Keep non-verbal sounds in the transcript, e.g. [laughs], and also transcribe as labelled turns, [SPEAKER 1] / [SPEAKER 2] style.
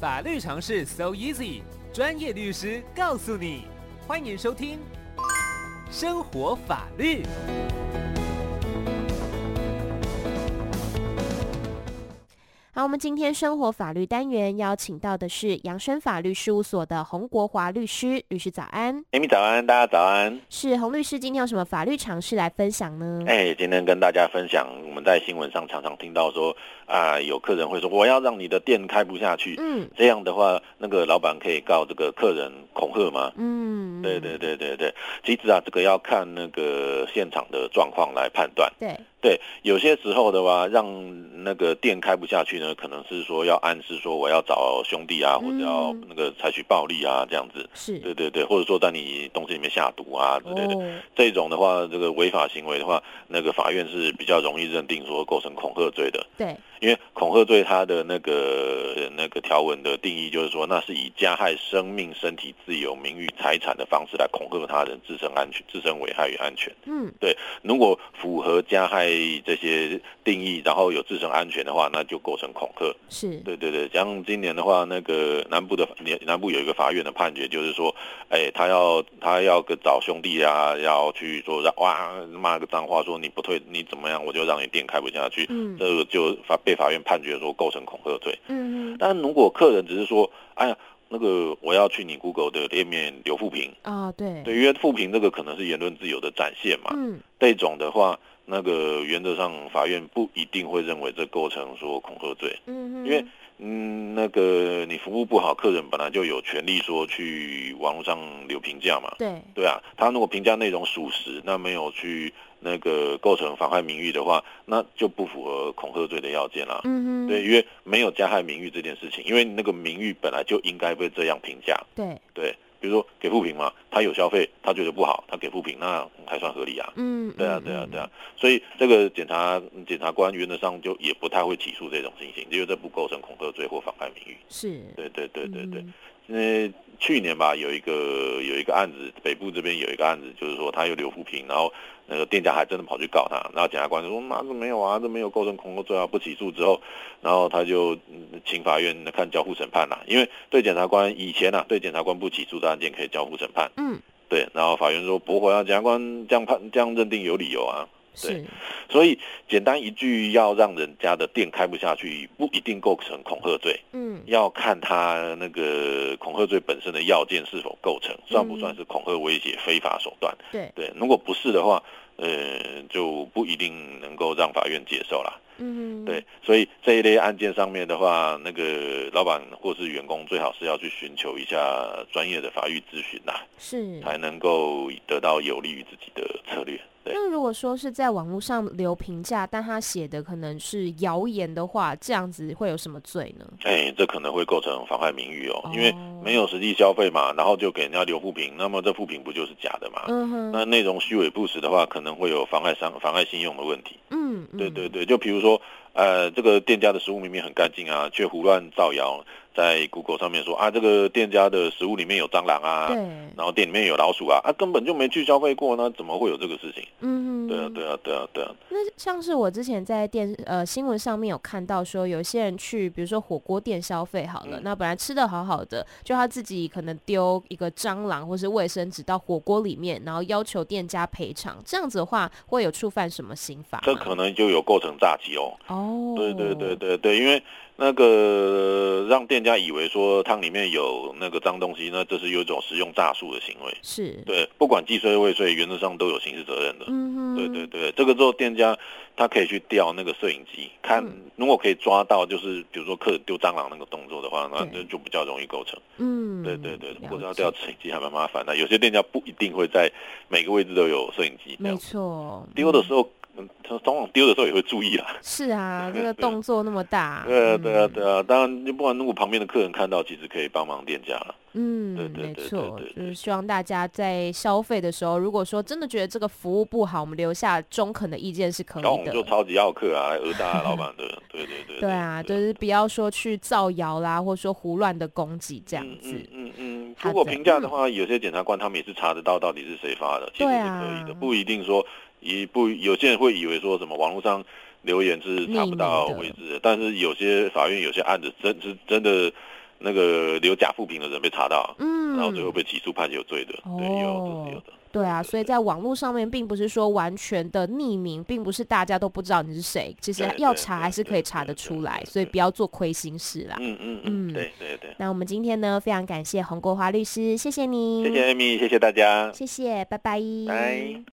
[SPEAKER 1] 法律常识 so easy，专业律师告诉你。欢迎收听《生活法律》。
[SPEAKER 2] 好，我们今天生活法律单元邀请到的是扬生法律事务所的洪国华律师，律师早安。
[SPEAKER 3] Amy 早安，大家早安。
[SPEAKER 2] 是洪律师，今天有什么法律常识来分享呢？
[SPEAKER 3] 哎，今天跟大家分享，我们在新闻上常常听到说，啊、有客人会说我要让你的店开不下去，
[SPEAKER 2] 嗯
[SPEAKER 3] 这样的话，那个老板可以告这个客人恐吓吗？
[SPEAKER 2] 嗯，
[SPEAKER 3] 对对对对对，其实啊，这个要看那个现场的状况来判断。
[SPEAKER 2] 对，
[SPEAKER 3] 对，有些时候的话，让那个店开不下去呢，可能是说要暗示说我要找兄弟啊，或者要
[SPEAKER 2] 嗯
[SPEAKER 3] 那个采取暴力啊，这样子。
[SPEAKER 2] 是
[SPEAKER 3] 对对对，或者说在你东西里面下毒啊之类的。
[SPEAKER 2] 哦，
[SPEAKER 3] 这种的话，这个违法行为的话，那个法院是比较容易认定说构成恐吓罪的，
[SPEAKER 2] 哦对，
[SPEAKER 3] 因为恐吓罪它的那个呃那个条文的定义就是说，那是以加害生命、身体、自由、名誉、财产的方式来恐吓他人，自身安全、自身危害与安全。
[SPEAKER 2] 嗯
[SPEAKER 3] 如果符合加害这些定义，然后有自身安全的话，那就构成恐吓。
[SPEAKER 2] 是，嗯
[SPEAKER 3] 对对对，像今年的话，那个南部的南部有一个法院的判决，就是说，哎，他要他要个找兄弟啊，要去说让哇骂个脏话，说你不退你怎么样，我就让你店开不下去，
[SPEAKER 2] 嗯
[SPEAKER 3] 这个就法被法院判决说构成恐吓罪。
[SPEAKER 2] 嗯嗯
[SPEAKER 3] 但如果客人只是说，哎呀，那个我要去你 Google 的页面留复评，
[SPEAKER 2] 啊，对，
[SPEAKER 3] 对，因为复评这个可能是言论自由的展现嘛，
[SPEAKER 2] 嗯
[SPEAKER 3] 这种的话，那个原则上法院不一定会认为这构成说恐吓罪。
[SPEAKER 2] 嗯，
[SPEAKER 3] 因为
[SPEAKER 2] 嗯
[SPEAKER 3] 嗯，那个你服务不好，客人本来就有权利说去网络上留评价嘛。
[SPEAKER 2] 对，
[SPEAKER 3] 对啊，他如果评价内容属实，那没有去那个构成妨害名誉的话，那就不符合恐吓罪的要件啦。
[SPEAKER 2] 嗯哼，
[SPEAKER 3] 对，因为没有加害名誉这件事情，因为那个名誉本来就应该被这样评价。
[SPEAKER 2] 对，
[SPEAKER 3] 对，比如说给负评嘛，他有消费，他觉得不好，他给负评，那还算合理啊。
[SPEAKER 2] 嗯，
[SPEAKER 3] 对啊，
[SPEAKER 2] 嗯
[SPEAKER 3] 对啊，
[SPEAKER 2] 嗯
[SPEAKER 3] 对啊，所以这个检察检察官原则上就也不太会起诉这种情形，因为这不构成恐吓罪或妨害名誉。
[SPEAKER 2] 是，
[SPEAKER 3] 对对对对对
[SPEAKER 2] 嗯，，
[SPEAKER 3] 那去年吧，有一个有一个案子，北部这边有一个案子，就是说他有留负评，然后那个店家还真的跑去告他，然后检察官就说妈这没有啊，这没有构成恐吓罪啊，不起诉之后，然后他就嗯请法院看交互审判啦、因为对检察官以前啊，对检察官不起诉的案件可以交互审判，
[SPEAKER 2] 嗯
[SPEAKER 3] 对，然后法院说驳回啊，检察官这样判这样认定有理由啊，对
[SPEAKER 2] 是，
[SPEAKER 3] 所以简单一句要让人家的店开不下去，不一定构成恐吓罪，
[SPEAKER 2] 嗯
[SPEAKER 3] 要看他那个恐吓罪本身的要件是否构成，算不算是恐吓威胁非法手段？
[SPEAKER 2] 对，
[SPEAKER 3] 对，如果不是的话，呃，就不一定能够让法院接受啦。
[SPEAKER 2] 嗯
[SPEAKER 3] 对，，所以这一类案件上面的话，那个老板或是员工最好是要去寻求一下专业的法律咨询啦，
[SPEAKER 2] 是。
[SPEAKER 3] 才能够得到有利于自己的策略。对。
[SPEAKER 2] 那如果说是在网络上留评价，但他写的可能是谣言的话，这样子会有什么罪呢？
[SPEAKER 3] 哎，这可能会构成妨害名誉哦
[SPEAKER 2] 哦，
[SPEAKER 3] 因为没有实际消费嘛，然后就给人家留负评，那么这负评不就是假的嘛？
[SPEAKER 2] 嗯哼，
[SPEAKER 3] 啊那内容虚伪不实的话，可能会有妨碍商妨碍信用的问题。
[SPEAKER 2] 嗯，嗯
[SPEAKER 3] 对对，对，就比如说，呃，这个店家的食物明明很干净啊，却胡乱造谣，在 Google 上面说啊，这个店家的食物里面有蟑螂啊，
[SPEAKER 2] 对，
[SPEAKER 3] 然后店里面有老鼠啊，啊，根本就没去消费过，那怎么会有这个事情？
[SPEAKER 2] 嗯哼，
[SPEAKER 3] 对啊，对啊，对啊，对啊，
[SPEAKER 2] 那像是我之前在电呃新闻上面有看到说，有一些人去比如说火锅店消费好了，
[SPEAKER 3] 嗯
[SPEAKER 2] 那本来吃的好好的，就他自己可能丢一个蟑螂或是卫生纸到火锅里面，然后要求店家赔偿，这样子的话会有触犯什么刑法吗？
[SPEAKER 3] 这可能就有构成诈欺哦。
[SPEAKER 2] 哦，
[SPEAKER 3] 对对对，对对，因为那个让店家以为说汤里面有那个脏东西，那这是有一种食用诈术的行为。
[SPEAKER 2] 是，
[SPEAKER 3] 对，不管既遂未遂，原则上都有刑事责任的。
[SPEAKER 2] 嗯哼，
[SPEAKER 3] 对对对，这个之后店家他可以去调那个摄影机，看
[SPEAKER 2] 嗯
[SPEAKER 3] 如果可以抓到，就是比如说客人丢蟑螂那个动作的话，那
[SPEAKER 2] 对
[SPEAKER 3] 就就比较容易构成。
[SPEAKER 2] 嗯，
[SPEAKER 3] 对对对，或者
[SPEAKER 2] 了
[SPEAKER 3] 要
[SPEAKER 2] 解
[SPEAKER 3] 调摄影机还蛮麻烦的，有些店家不一定会在每个位置都有摄影机，这
[SPEAKER 2] 没
[SPEAKER 3] 样
[SPEAKER 2] 错，
[SPEAKER 3] 丢的
[SPEAKER 2] 嗯
[SPEAKER 3] 时候，嗯，通常丢的时候也会注意啦。
[SPEAKER 2] 是
[SPEAKER 3] [laughs]
[SPEAKER 2] 啊，这
[SPEAKER 3] 对
[SPEAKER 2] 个
[SPEAKER 3] 对
[SPEAKER 2] 动作那么大，
[SPEAKER 3] [laughs] 对啊，
[SPEAKER 2] 嗯
[SPEAKER 3] 对啊，对啊，当然，就不然如果旁边的客人看到，其实可以帮忙店家了。对
[SPEAKER 2] 嗯，
[SPEAKER 3] 对
[SPEAKER 2] 没
[SPEAKER 3] 对对
[SPEAKER 2] 错
[SPEAKER 3] 对，
[SPEAKER 2] 就
[SPEAKER 3] 对
[SPEAKER 2] 是希望大家在消费的时候，如果说真的觉得这个服务不好，我们留下中肯的意见是可
[SPEAKER 3] 然后我
[SPEAKER 2] 以
[SPEAKER 3] 们就
[SPEAKER 2] 的。
[SPEAKER 3] 超级要客啊，鹅
[SPEAKER 2] [laughs]
[SPEAKER 3] 大老板的，对对对。
[SPEAKER 2] 对啊，就是不要说去造谣啦，或者说胡乱的攻击这样子。
[SPEAKER 3] 嗯嗯嗯嗯。
[SPEAKER 2] 好
[SPEAKER 3] 如果
[SPEAKER 2] 的
[SPEAKER 3] 评价的话，有些检察官他们也是查得到到底是谁发的，其实
[SPEAKER 2] 对
[SPEAKER 3] 是
[SPEAKER 2] 啊
[SPEAKER 3] 可以的，不一定说一不有些人会以为说什么网络上留言是查不到
[SPEAKER 2] 匿名的
[SPEAKER 3] 位置的，但是有些法院有些案子真是真的。那个留假负评的人被查到，
[SPEAKER 2] 嗯，
[SPEAKER 3] 然后最后被起诉判有罪的，对，有
[SPEAKER 2] 哦
[SPEAKER 3] 的有的。
[SPEAKER 2] 对啊，所以在网络上面，并不是说完全的匿名，并不是大家都不知道你是谁。其实
[SPEAKER 3] 对对
[SPEAKER 2] 要
[SPEAKER 3] 对
[SPEAKER 2] 查还是可以查得
[SPEAKER 3] 对对
[SPEAKER 2] 出
[SPEAKER 3] 对
[SPEAKER 2] 来，
[SPEAKER 3] 对
[SPEAKER 2] 所以不要做亏心事啦。
[SPEAKER 3] 嗯嗯嗯，
[SPEAKER 2] 嗯
[SPEAKER 3] 对对对，
[SPEAKER 2] 那我们今天呢，非常感谢洪国华律师，谢谢您，
[SPEAKER 3] 谢谢，Amy，谢谢大家，
[SPEAKER 2] 谢谢，拜拜，
[SPEAKER 3] 拜。